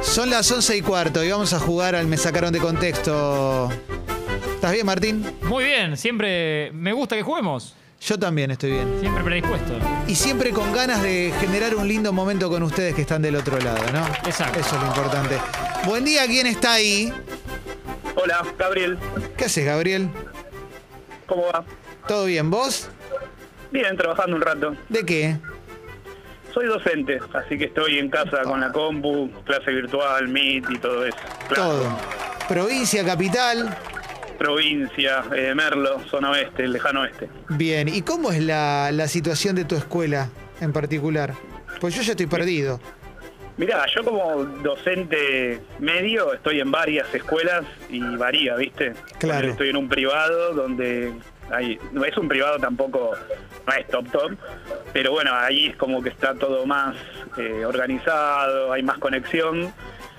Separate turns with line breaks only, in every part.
Son las 11 y cuarto y vamos a jugar al Me sacaron de contexto. ¿Estás bien, Martín?
Muy bien, siempre me gusta que juguemos.
Yo también estoy bien.
Siempre predispuesto.
Y siempre con ganas de generar un lindo momento con ustedes que están del otro lado, ¿no?
Exacto.
Eso es lo importante. Buen día, ¿quién está ahí?
Hola, Gabriel.
¿Qué haces, Gabriel?
¿Cómo va?
¿Todo bien? ¿Vos?
Bien, trabajando un rato.
¿De qué?
Soy docente, así que estoy en casa con la compu, clase virtual, Meet y todo eso. Claro,
Todo. Provincia, capital.
Provincia, eh, Merlo, zona oeste, lejano oeste.
Bien. ¿Y cómo es la, la situación de tu escuela en particular? Pues yo ya estoy perdido.
Mirá, yo como docente medio estoy en varias escuelas y varía, ¿viste?
Claro.
Estoy en un privado donde hay, no es un privado tampoco, no es top top, pero bueno, ahí es como que está todo más eh, organizado, hay más conexión.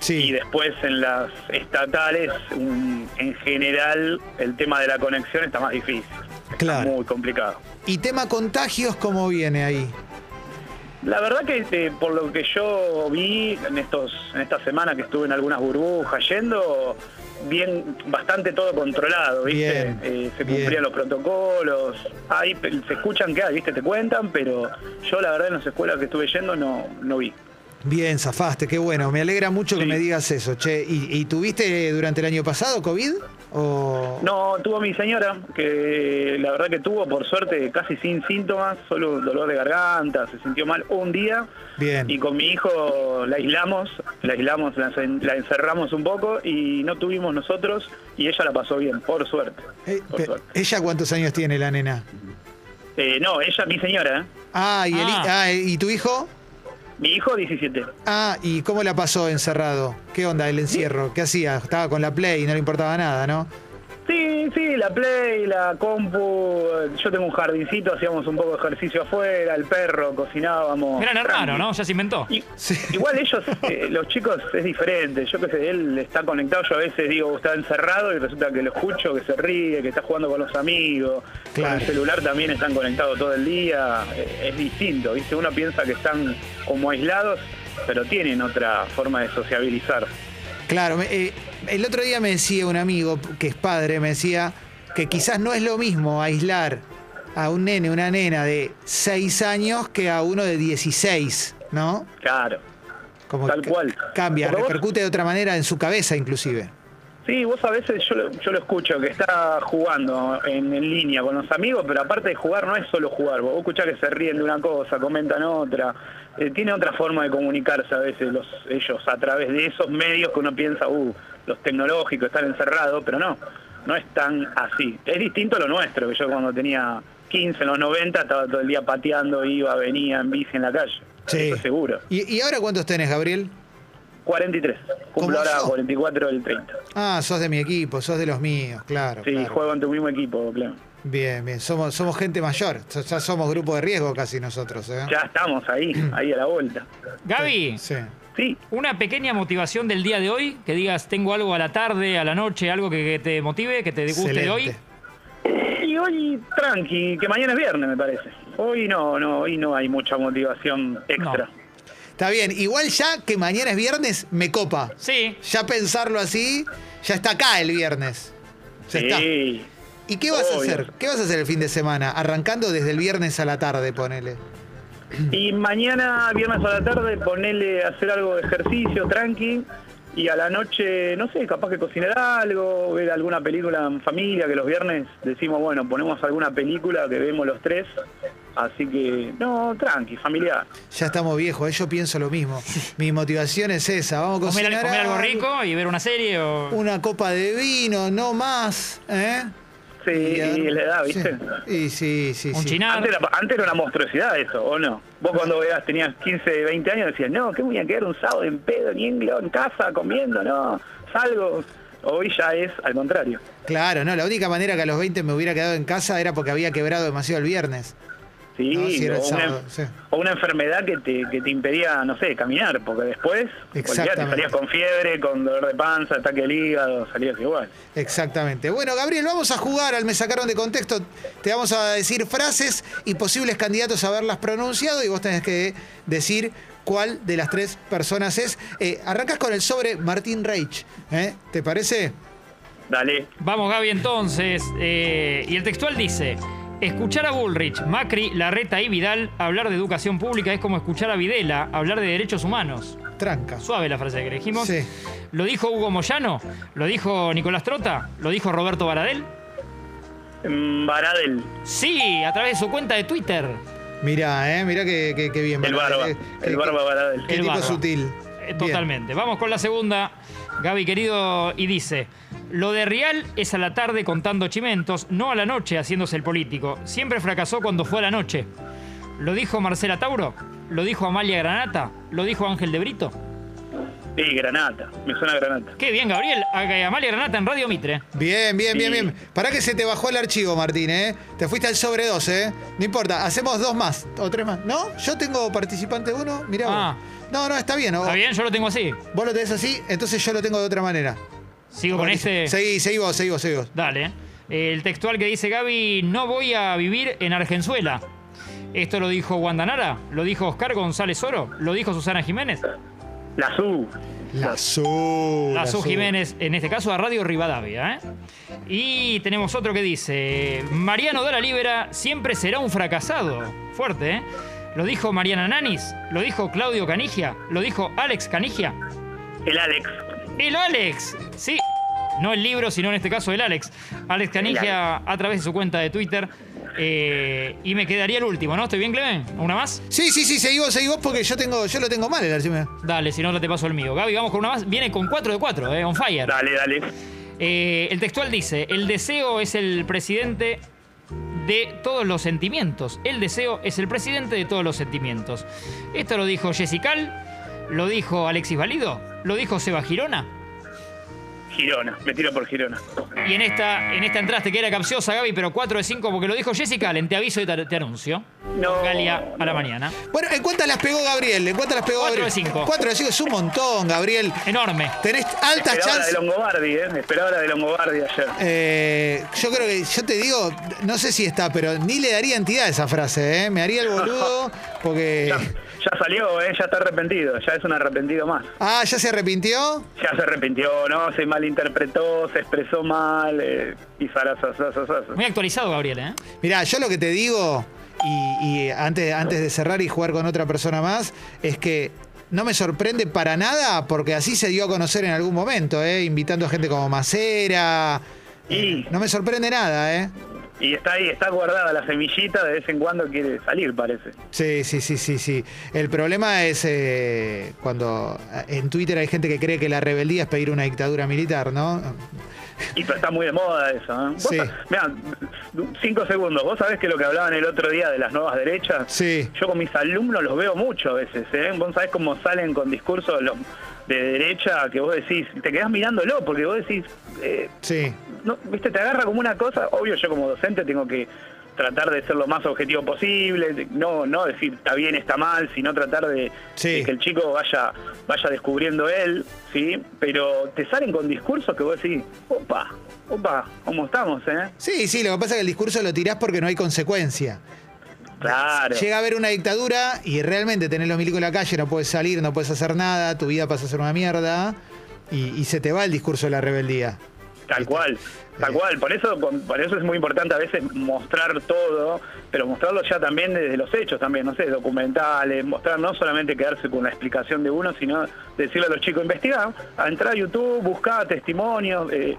Y
Sí.
después en las estatales, un- en general, el tema de la conexión está más difícil. Está
Claro.
Muy complicado.
¿Y tema contagios cómo viene ahí?
La verdad que este, por lo que yo vi en estos en esta semana que estuve en algunas burbujas yendo bien bastante todo controlado, ¿viste?
Bien,
Eh, se
bien.
cumplían los protocolos. Ahí pe- se escuchan que hay, ¿viste? Te cuentan, pero yo la verdad en las escuelas que estuve yendo no no vi.
Bien, zafaste, qué bueno. Me alegra mucho que
Sí.
me digas eso, che. ¿Y, y tuviste durante el año pasado COVID? ¿O...
No, tuvo mi señora, que la verdad que tuvo por suerte casi sin síntomas, solo dolor de garganta, se sintió mal un día.
Bien.
Y con mi hijo la aislamos, la aislamos, la, en- la encerramos un poco y no tuvimos nosotros y ella la pasó bien, por suerte.
Eh,
por
pe-
suerte.
¿Ella cuántos años tiene la nena?
Eh, no, ella, mi señora, ¿eh?
Ah, ¿y, el hi-
Ah.
ah, ¿y tu hijo?
mi hijo 17.
Ah, ¿y cómo la pasó encerrado? ¿Qué onda el encierro? ¿Qué hacía? Estaba con la Play y no le importaba nada, ¿no?
Sí, sí, la play, la compu, eh, yo tengo un jardincito, hacíamos un poco de ejercicio afuera, el perro, cocinábamos.
Gran hermano, ¿no? Ya se inventó.
Y-
Sí.
Igual ellos, eh, los chicos, es diferente. Yo que sé, él está conectado, yo a veces digo, está encerrado y resulta que lo escucho, que se ríe, que está jugando con los amigos.
Claro.
Con el celular también están conectados todo el día. Eh, es distinto, ¿viste? Uno piensa que están como aislados, pero tienen otra forma de sociabilizar.
Claro, me- eh, el otro día me decía un amigo que es padre, me decía que quizás no es lo mismo aislar a un nene, una nena de 6 años que a uno de 16, ¿no?
Claro.
Como
Tal
que
cual.
Cambia,
Porque vos-
repercute de otra manera en su cabeza inclusive.
Sí, vos a veces yo, lo- yo lo escucho, que está jugando en, en línea con los amigos, pero aparte de jugar no es solo jugar. Vos escuchás que se ríen de una cosa, comentan otra. Eh, tiene otra forma de comunicarse a veces los, ellos a través de esos medios que uno piensa, uh, los tecnológicos están encerrados, pero no, no es tan así. Es distinto a lo nuestro, que yo cuando tenía 15, en los 90, estaba todo el día pateando, iba, venía en bici en la calle. Eso seguro.
¿Y, y ahora cuántos tenés, Gabriel?
43,
¿Como
cumplo ahora
yo?
44 del 30.
Ah, sos de mi equipo, sos de los míos, claro.
Sí,
claro.
juego en tu mismo equipo, claro.
Bien, bien. Somos, somos gente mayor. So- Ya somos grupo de riesgo casi nosotros. ¿eh?
Ya estamos ahí, ahí a la vuelta.
Gaby,
Sí.
Sí,
una pequeña motivación del día de hoy, que digas, tengo algo a la tarde, a la noche, algo que, que te motive, que te guste de hoy.
Excelente.
y hoy tranqui, que mañana es viernes me parece. Hoy no, no, hoy no hay mucha motivación extra.
Está bien. Igual ya que mañana es viernes, me copa.
Sí,
Ya pensarlo así, ya está acá el viernes. Ya está.
Sí.
¿Y qué vas a
obvio.
hacer? ¿Qué vas a hacer el fin de semana? Arrancando desde el viernes a la tarde, ponele.
Y mañana, viernes a la tarde, ponele a hacer algo de ejercicio, tranqui. Y a la noche, no sé, capaz que cocinar algo, ver alguna película en familia, que los viernes decimos, bueno, ponemos alguna película que vemos los tres. Así que, no, tranqui, familiar.
Ya estamos viejos, eh, yo pienso lo mismo. Mi motivación es esa. Vamos a
comer,
cocinar
comer algo
algo,
rico y ver una serie o...
Una copa de vino, no más. ¿eh?
Sí, y la edad, ¿viste?
Sí. Y sí, sí,
Un
sí.
chinar.
Antes era, antes era una monstruosidad eso, ¿o no? Vos cuando eras, tenías 15, 20 años decías, no, ¿qué me voy a quedar un sábado en pedo, ni en, en casa, comiendo, no? Salgo. Hoy ya es al contrario.
Claro, no, la única manera que a los 20 me hubiera quedado en casa era porque había quebrado demasiado el viernes.
Sí,
No, sí, era
o,
el
una,
sábado, sí.
o una enfermedad que te, que te impedía, no sé, caminar, porque después cualquiera te
Exactamente.
salías con fiebre, con dolor de panza, ataque al hígado, salías igual.
Exactamente. Bueno, Gabriel, vamos a jugar al Me Sacaron de Contexto. Te vamos a decir frases y posibles candidatos a haberlas pronunciado y vos tenés que decir cuál de las tres personas es. Eh, arrancas con el sobre Martín Reich. ¿eh? ¿Te parece?
Dale,
Vamos, Gaby, entonces. eh, y el textual dice: Escuchar a Bullrich, Macri, Larreta y Vidal hablar de educación pública es como escuchar a Videla hablar de derechos humanos.
Tranca.
Suave la frase que elegimos.
Sí.
¿Lo dijo Hugo Moyano? ¿Lo dijo Nicolás Trota? ¿Lo dijo Roberto Baradel?
Mm, Baradel,
Sí, a través de su cuenta de Twitter.
Mirá, ¿eh? mirá que, que- que bien.
el barba,
Eh,
el
eh,
barba Baradel.
Qué
El
tipo
barba.
sutil.
Eh,
Bien.
Totalmente. Vamos con la segunda, Gaby querido, y dice: Lo de Real es a la tarde contando chimentos, no a la noche haciéndose el político. Siempre fracasó cuando fue a la noche. ¿Lo dijo Marcela Tauro? ¿Lo dijo Amalia Granata? ¿Lo dijo Ángel de Brito?
Sí, granata, me suena a granata.
Qué bien, Gabriel. Aga- Amalia Granata en Radio Mitre.
Bien, bien, bien,
Sí.
bien. Pará que se te bajó el archivo, Martín, ¿eh? Te fuiste al sobre dos, ¿eh? No importa, hacemos dos más o tres más. ¿No? Yo tengo participante uno, mirá vos.
Ah.
No, no, está bien. o-
¿Está bien? Yo lo tengo así.
Vos lo tenés así, entonces yo lo tengo de otra manera.
Sigo con este.
Seguí, seguí vos, seguí vos, seguí vos.
Dale. El textual que dice Gaby, no voy a vivir en Argenzuela. Esto lo dijo Guandanara, lo dijo Oscar González Oro, lo dijo Susana Jiménez,
La SU,
La Su.
la Su
Su.
Jiménez, en este caso a Radio Rivadavia. ¿eh? Y tenemos otro que dice, Mariano de la Libera siempre será un fracasado. Fuerte, ¿eh? Lo dijo Mariana Nanis, lo dijo Claudio Canigia, lo dijo Alex Canigia,
el Alex,
El Alex, sí. No el libro, sino en este caso el Alex. Alex Canigia a través de su cuenta de Twitter. Eh, y me quedaría el último, ¿no? ¿Estoy bien, Clemen? ¿Una más?
Sí, sí, sí, seguí vos, seguí vos porque yo tengo, yo lo tengo mal el archivo.
Dale, si no, no te paso el mío. Gaby, vamos con una más. Viene con 4 de 4, eh, on fire.
dale, dale.
Eh, el textual dice, el deseo es el presidente de todos los sentimientos. El deseo es el presidente de todos los sentimientos. Esto lo dijo Jessical, lo dijo Alexis Valido, lo dijo Seba Girona,
Girona, me tiro por Girona.
Y en esta, en esta entraste que era capciosa, Gaby, pero 4 de 5 porque lo dijo Jessica Allen. Te aviso y te, te anuncio.
No,
Galia a la
no.
mañana.
Bueno, ¿en cuántas las pegó Gabriel? ¿En cuántas las pegó
Cuatro de
Gabriel?
cinco.
4 de 5 es un montón, Gabriel.
Enorme.
Tenés altas
Esperaba la de
chances.
Longobardi, ¿eh? Esperaba la de Longobardi ayer.
Eh, yo creo que, yo te digo, no sé si está, pero ni le daría entidad a esa frase, ¿eh? Me haría el boludo porque.
Ya, ya salió, ¿eh? ya está arrepentido, ya es un arrepentido más.
Ah, ¿ya se arrepintió?
Ya se arrepintió, ¿no? Se malinterpretó, se expresó mal, eh, y zarazazazazaza.
Muy actualizado, Gabriel, ¿eh?
Mirá, yo lo que te digo, y, y antes, antes de cerrar y jugar con otra persona más, es que no me sorprende para nada, porque así se dio a conocer en algún momento, ¿eh? invitando a gente como Macera.
Y,
No me sorprende nada, ¿eh?
y está ahí, está guardada la semillita, de vez en cuando quiere salir, parece.
Sí, sí, sí, sí, sí. El problema es eh, cuando en Twitter hay gente que cree que la rebeldía es pedir una dictadura militar, ¿no?
Y pero está muy de moda eso, ¿eh?
Sí.
Mira, cinco segundos, vos sabés que lo que hablaban el otro día de las nuevas derechas,
Sí.
yo con mis alumnos los veo mucho a veces, ¿eh? Vos sabés cómo salen con discursos los de derecha que vos decís, te quedás mirándolo, porque vos decís... eh,
Sí.
no, viste, te agarra como una cosa, obvio yo como docente tengo que tratar de ser lo más objetivo posible, de- no, no decir está bien, está mal, sino tratar de,
Sí.
de que el chico vaya, vaya descubriendo él, sí, pero te salen con discursos que vos decís, opa, opa, ¿cómo estamos, eh?
Sí, sí, lo que pasa es que el discurso lo tirás porque no hay consecuencia.
Claro.
Llega a haber una dictadura y realmente tenés los milicos en la calle, no puedes salir, no puedes hacer nada, tu vida pasa a ser una mierda y, y se te va el discurso de la rebeldía.
Tal
¿Viste?
cual, tal
Eh.
cual. Por eso, con- por eso es muy importante a veces mostrar todo, pero mostrarlo ya también desde los hechos también, no sé, documentales, mostrar no solamente quedarse con la explicación de uno, sino decirle a los chicos, investiga, entra a YouTube, busca testimonios, eh,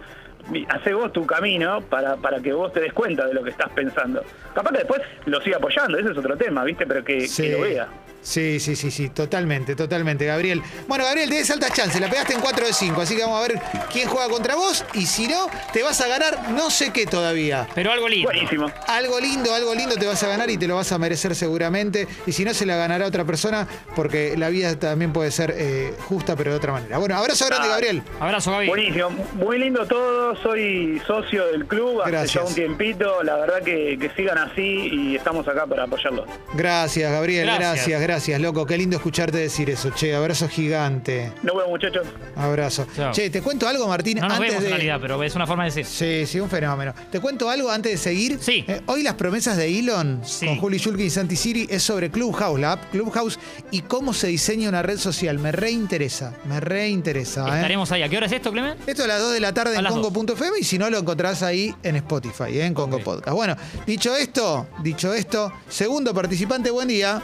y hace vos tu camino para, para que vos te des cuenta de lo que estás pensando. Capaz que después lo siga apoyando, ese es otro tema, ¿viste? Pero que, que lo vea.
Sí, sí, sí, sí, totalmente, totalmente, Gabriel. Bueno, Gabriel, tenés altas chances, la pegaste en 4 de 5, así que vamos a ver quién juega contra vos y si no, te vas a ganar no sé qué todavía.
Pero algo lindo.
Buenísimo.
Algo lindo, algo lindo te vas a ganar y te lo vas a merecer seguramente. Y si no, se la ganará otra persona porque la vida también puede ser eh, justa, pero de otra manera. Bueno, abrazo grande,
Ah.
Gabriel.
Abrazo, Gaby.
Buenísimo, muy lindo todo, soy socio del club hace
Gracias.
ya un tiempito, la verdad que, que sigan así y estamos acá para apoyarlos.
Gracias, Gabriel,
Gracias.
gracias, gracias, loco. Qué lindo escucharte decir eso, che. Abrazo gigante.
Nos vemos muchachos.
Abrazo.
Chao.
Che, te cuento algo, Martín,
No nos
antes
vemos
de.
en realidad, pero es una forma de decir.
Sí, sí, un fenómeno. Te cuento algo antes de seguir.
Sí.
Eh, hoy las promesas de Elon
Sí.
con Juli Shulkin y Santi Siri es sobre Clubhouse, la app Clubhouse y cómo se diseña una red social. Me reinteresa, me reinteresa. ¿eh?
Estaremos ahí. ¿A qué hora es esto, Clemen?
Esto a las 2 de la tarde
A
en
las
Congo.fm y si no lo encontrás ahí en Spotify, ¿eh? en Congo
Ok.
Podcast. Bueno, dicho esto, dicho esto, segundo participante, buen día.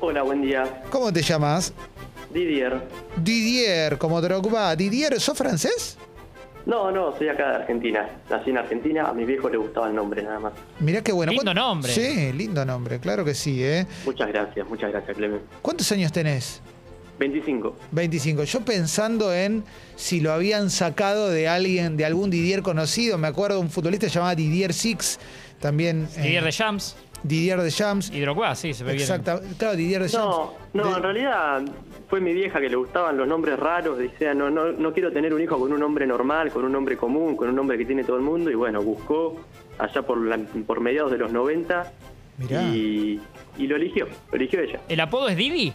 Hola, buen día.
¿Cómo te llamas?
Didier.
Didier, como te preocupa. Didier, ¿sos francés?
No, no, soy acá de Argentina. Nací en Argentina, a mis viejos les gustaba el nombre nada más.
Mirá qué bueno.
Lindo
¿Cuán-
nombre.
Sí, lindo nombre, claro que sí. ¿eh?
Muchas gracias, muchas gracias, Clemen.
¿Cuántos años tenés?
25.
25. Yo pensando en si lo habían sacado de alguien, de algún Didier conocido. Me acuerdo un futbolista llamado Didier Six, también eh,
Didier de Champs,
Didier de Champs.
Hidrocuá, sí, se ve bien.
Exacta, claro, Didier de
No,
Champs.
no,
De-
en realidad fue mi vieja que le gustaban los nombres raros. Decía, no, no, no quiero tener un hijo con un nombre normal, con un nombre común, con un nombre que tiene todo el mundo. Y bueno, buscó allá por, la- por mediados de los 90
Mirá.
y, y lo eligió, lo eligió ella.
¿El apodo es Didi?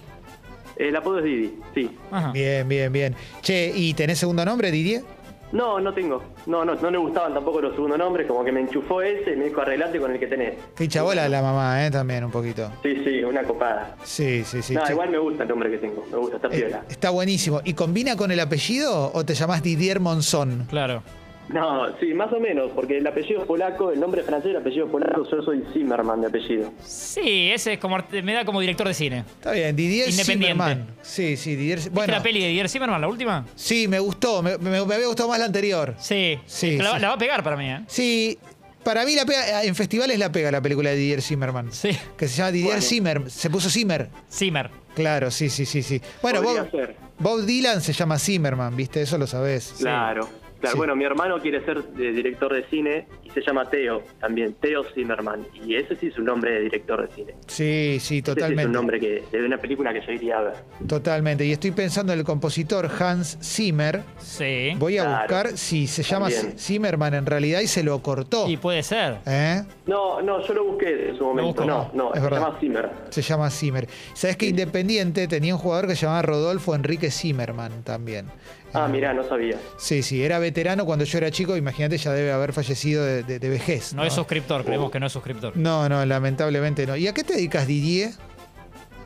El apodo es Didi, sí.
Ajá.
Bien, bien, bien. Che, ¿y tenés segundo nombre, Didier?
No, no tengo. No, no, no le gustaban tampoco los segundos nombres, como que me enchufó ese y me dijo arreglate con el que tenés.
Qué chabola la mamá, ¿eh? También un poquito.
Sí, sí, una copada.
Sí, sí, sí.
no,
che.
igual me gusta el nombre que tengo, me gusta, está
Eh,
piola.
está buenísimo. ¿Y combina con el apellido o te llamás Didier Monzón?
Claro.
No, sí, más o menos, porque el apellido es polaco, el nombre es francés, el apellido es polaco, yo soy Zimmerman de apellido.
Sí, ese es como arte- me da como director de cine.
Está bien, Didier
Independiente.
Zimmerman. Sí, sí, Didier.
¿Viste
Bueno,
la peli de Didier Zimmerman, la última?
sí, me gustó. Me, me- me había gustado más la anterior.
Sí.
Sí,
la, va-
sí.
la va a pegar para mí, ¿eh?
Sí, para mí la pega, en festivales la pega la película de Didier Zimmerman.
Sí.
Que se llama Didier
Bueno.
Zimmer, se puso Zimmer.
Zimmer.
Claro, sí, sí, sí, sí. Bueno,
Podría
Bob,
ser.
Bob Dylan se llama Zimmerman, ¿viste? Eso lo sabés.
Claro, claro.
Sí.
Bueno, mi hermano quiere ser eh, director de cine y se llama Teo también, Teo Zimmerman. Y ese sí es un nombre de director de cine.
Sí, sí,
Ese sí es un
totalmente.
nombre que, de una película que yo iría a ver.
Totalmente. Y estoy pensando en el compositor Hans Zimmer.
Sí.
Voy a
Claro.
buscar si se llama
También.
Zimmerman en realidad y se lo cortó.
Y puede ser.
¿Eh?
No, no, yo lo busqué en su momento.
buscó.
No, no,
Es
se
verdad.
llama Zimmer.
Se llama Zimmer. ¿Sabés que Independiente tenía un jugador que se llamaba Rodolfo Enrique Zimmerman también?
Ah,
Eh,
mirá, no sabía.
Sí, sí, era veterano cuando yo era chico, imagínate, ya debe haber fallecido de, de- de vejez.
No es suscriptor, creemos que no es suscriptor.
No, no, lamentablemente no. ¿Y a qué te dedicas, Didier?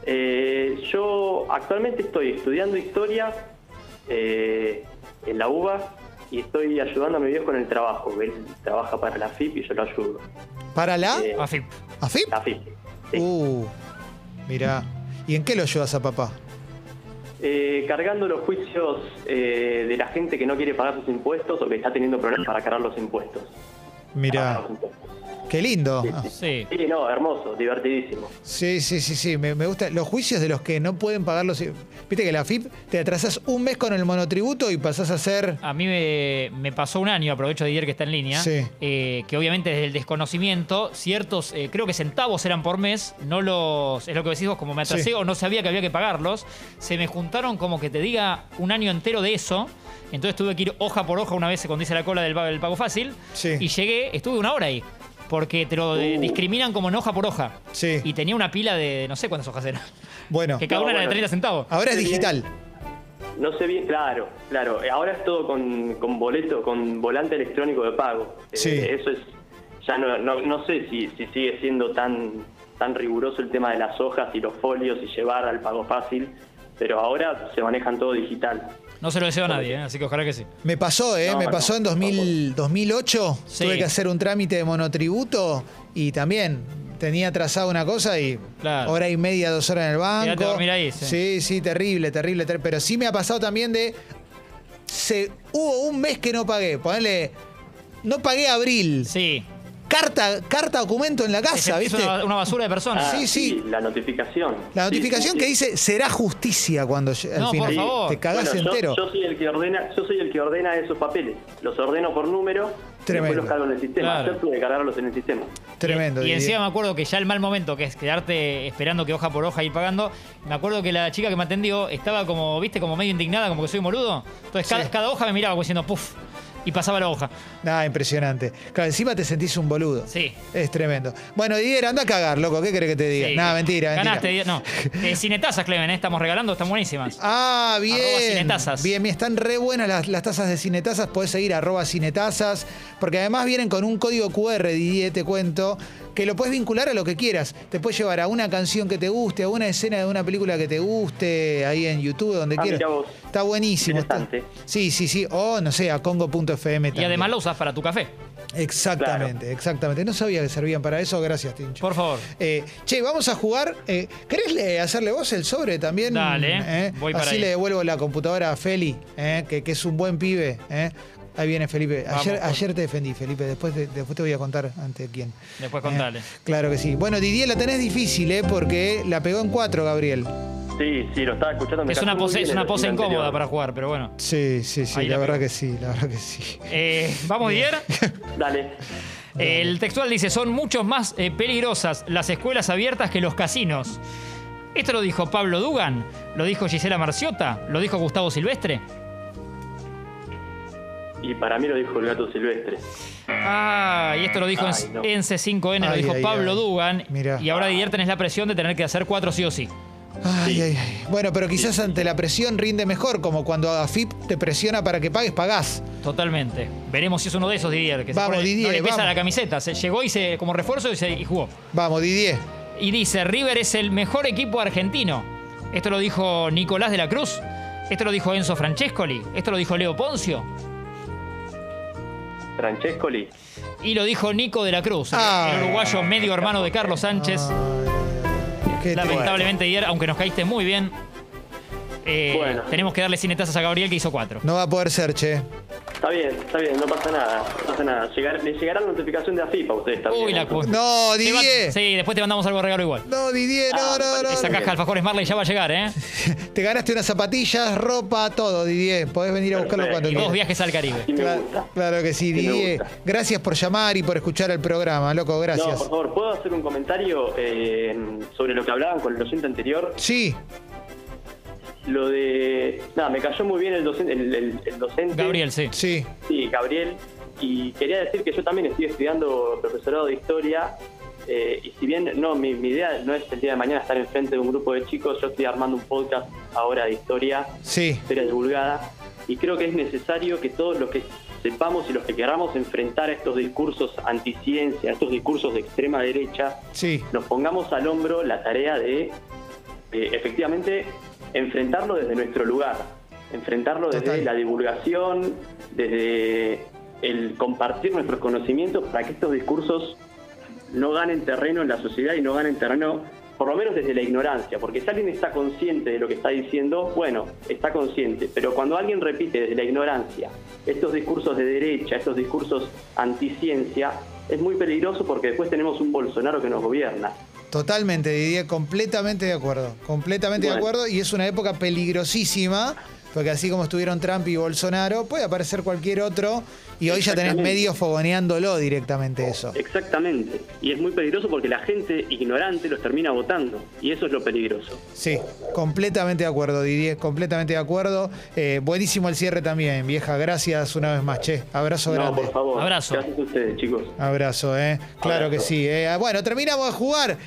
Eh, yo actualmente estoy estudiando historia eh, en la UBA y estoy ayudando a mi viejo con el trabajo. Él trabaja para la FIP y yo lo ayudo.
¿Para la
Eh,
Afip.
AFIP?
la FIP. sí.
Uh, mirá. ¿Y en qué lo ayudas a papá?
Eh, cargando los juicios eh, de la gente que no quiere pagar sus impuestos o que está teniendo problemas para cargar los impuestos. Para
Mirá,
pagar los impuestos.
qué lindo.
Ah,
Ah,
Sí,
Sí.
Sí, no, hermoso, divertidísimo.
Sí, sí, sí, sí, me, me gusta. Los juicios de los que no pueden pagar los... Viste que la AFIP te atrasás un mes con el monotributo y pasás a ser...
A mí me, me pasó un año, aprovecho de Didier que está en línea,
Sí.
eh, que obviamente desde el desconocimiento, ciertos, eh, creo que centavos eran por mes, no los, es lo que decís vos, como me atrasé
Sí.
o no sabía que había que pagarlos, se me juntaron como que te diga un año entero de eso, entonces tuve que ir hoja por hoja una vez cuando hice la cola del, pa- del pago fácil,
Sí.
y llegué, estuve una hora ahí, porque te lo eh,
Uh.
discriminan como en hoja por hoja,
Sí.
y tenía una pila de no sé cuántas hojas eran,
Bueno,
que cada
No,
una era de
bueno.
30 centavos.
ahora es digital.
No sé bien, claro, claro. Eh, Ahora es todo con, con boleto, con volante electrónico de pago. Eh,
Sí.
Eso es, ya no, no, no sé si, si sigue siendo tan, tan riguroso el tema de las hojas y los folios y llevar al pago fácil, pero ahora se manejan todo digital.
No se lo deseo a nadie, eh, así que ojalá que sí.
Me pasó, ¿eh?
No,
me
no,
pasó en 2000 2008.
Sí.
Tuve que hacer un trámite de monotributo y también tenía trazado una cosa y
Claro.
hora y media, dos horas en el banco.
Quedate a dormir ahí, sí.
sí, sí, terrible, terrible, ter- Pero sí me ha pasado también de. Se, hubo un mes que no pagué. Ponele. No pagué abril.
Sí,
carta, carta documento en la
Es-
casa,
es
¿viste?
una, una basura de personas.
sí, sí.
Ah, La notificación.
La notificación
Sí, sí,
que
sí.
dice será justicia cuando llegue- al
No, por
final.
favor.
Te cagás
Bueno, yo-
entero.
Yo, soy el que ordena, yo soy el que ordena esos papeles. Los ordeno por número. y
Tremendo.
Después los cargo en el sistema.
Claro.
Yo tuve que cargarlos en el sistema.
Tremendo.
Y, y
Didier.
encima me acuerdo que ya el mal momento, que es quedarte esperando que hoja por hoja ir pagando, me acuerdo que la chica que me atendió estaba como, viste, como medio indignada, como que soy un boludo. Entonces cada,
Sí.
cada hoja me miraba como diciendo, puff, y pasaba la hoja.
Ah, impresionante. Claro, encima te sentís un boludo.
Sí.
Es tremendo. Bueno, Didier, anda a cagar, loco. ¿Qué querés que te diga?
Sí.
Nada, mentira, mentira.
Ganaste, di- no. Eh, cinetazas, Clemen, eh, estamos regalando, están buenísimas.
Ah, bien.
Arroba Cinetazas.
Bien, bien, están re buenas las, las tazas de Cinetazas. Podés seguir arroba Cinetazas. Porque además vienen con un código QR, Didier, te cuento, que lo puedes vincular a lo que quieras. Te puedes llevar a una canción que te guste, a una escena de una película que te guste, ahí en YouTube, donde
Ah,
quieras.
mirá vos.
Está buenísimo. está-
Interesante.
Sí, sí, sí. O, no sé, a congo.fm
Y
también.
además lo usas para tu café.
Exactamente, exactamente. No sabía que servían para eso. Gracias, Tincho.
Por favor.
Eh, che, vamos a jugar. eh, ¿Querés eh, hacerle vos el sobre también? Eh,
Dale, voy para
Así
ahí.
le devuelvo la computadora a Feli, eh, que, que es un buen pibe. eh. Ahí viene Felipe.
Vamos,
Ayer,
Jorge.
ayer te defendí, Felipe. Después, te- después te voy a contar ante quién.
Después contale.
Eh, claro que sí. Bueno, Didier, la tenés difícil, eh, porque la pegó en cuatro, Gabriel.
Sí, sí, lo estaba escuchando. me
Es
cayó
una
muy
pose,
bien
es
el-
una
el
pose
anterior.
incómoda para jugar, pero bueno.
Sí, sí, sí.
Ahí
la
la
verdad
pegó.
que sí, la verdad que sí.
Eh, Vamos, Dier.
Dale.
El textual dice, son muchos más eh, peligrosas las escuelas abiertas que los casinos. Esto lo dijo Pablo Dugan, lo dijo Gisela Marciota, lo dijo Gustavo Silvestre.
Y para mí lo dijo el gato silvestre.
Ah, y esto lo dijo
Ay,
en
no.
NC5N, lo
Ay,
dijo
ay,
Pablo
ay.
Dugan.
Mirá.
Y ahora Didier tenés la presión de tener que hacer cuatro sí o sí.
Ay,
Sí.
ay, ay. Bueno, pero quizás ante la presión rinde mejor, como cuando AFIP te presiona para que pagues, pagás.
Totalmente. Veremos si es uno de esos, Didier. Que
Vamos,
se pone-
Didier,
no le pesa
vamos.
la camiseta. Se llegó y se, como refuerzo y, se, y jugó.
Vamos, Didier.
Y dice, River es el mejor equipo argentino. Esto lo dijo Nicolás de la Cruz. Esto lo dijo Enzo Francescoli. Esto lo dijo Leo Poncio.
Francescoli.
Y lo dijo Nico de la Cruz,
Ah.
el uruguayo medio hermano de Carlos Sánchez.
Qué
Lamentablemente, Didier, aunque nos caíste muy bien, eh,
Bueno.
tenemos que darle cinetazas a Gabriel que hizo cuatro.
No va a poder ser, che.
Está bien, está bien, no pasa nada. No pasa nada. Llegar, le llegará la notificación de AFIPA a ustedes también.
Uy, la cu-
Entonces,
No,
Te va-
Didier.
Sí, después te mandamos algo de regalo igual.
No, Didier, no,
Ah,
no, no.
Esa
bien.
caja de alfajores Marley ya va a llegar, ¿eh?
Te ganaste unas zapatillas, ropa, todo, Didier. Podés venir a buscarlo
Perfecto.
cuando
Y dos
quieras.
viajes al Caribe.
sí me gusta.
Claro, claro que sí,
me
Didier.
gusta.
Gracias por llamar y por escuchar el programa, loco,
No,
gracias.
por favor, ¿puedo hacer un comentario eh, sobre lo que hablaban con el docente anterior?
Sí,
Lo de... Nada, me cayó muy bien el docente. El, el- el docente
Gabriel, sí.
sí.
Sí, Gabriel. Y quería decir que yo también estoy estudiando profesorado de historia. eh, y si bien no, mi, mi idea no es el día de mañana estar enfrente de un grupo de chicos, yo estoy armando un podcast ahora de historia,
Sí,
historia divulgada. Y creo que es necesario que todos los que sepamos y los que queramos enfrentar estos discursos anticiencia, estos discursos de extrema derecha,
sí.
nos pongamos al hombro la tarea de eh, efectivamente enfrentarlo desde nuestro lugar, enfrentarlo desde
Total.
la divulgación, desde el compartir nuestros conocimientos para que estos discursos no ganen terreno en la sociedad y no ganen terreno por lo menos desde la ignorancia, porque si alguien está consciente de lo que está diciendo, bueno, está consciente, pero cuando alguien repite desde la ignorancia estos discursos de derecha, estos discursos anticiencia, es muy peligroso porque después tenemos un Bolsonaro que nos gobierna.
Totalmente, Didier, completamente de acuerdo. Completamente de
Bueno.
acuerdo. Y es una época peligrosísima, porque así como estuvieron Trump y Bolsonaro, puede aparecer cualquier otro. Y hoy ya tenés
Exactamente.
medio fogoneándolo directamente eso.
Exactamente, y es muy peligroso porque la gente ignorante los termina votando, y eso es lo peligroso.
Sí, completamente de acuerdo, Didier, completamente de acuerdo. Eh, buenísimo el cierre también, vieja. Gracias una vez más, che. Abrazo
No,
grande.
por favor,
Abrazo.
gracias a ustedes chicos.
Abrazo, eh. Claro que
Abrazo.
sí. eh. Bueno, terminamos de jugar.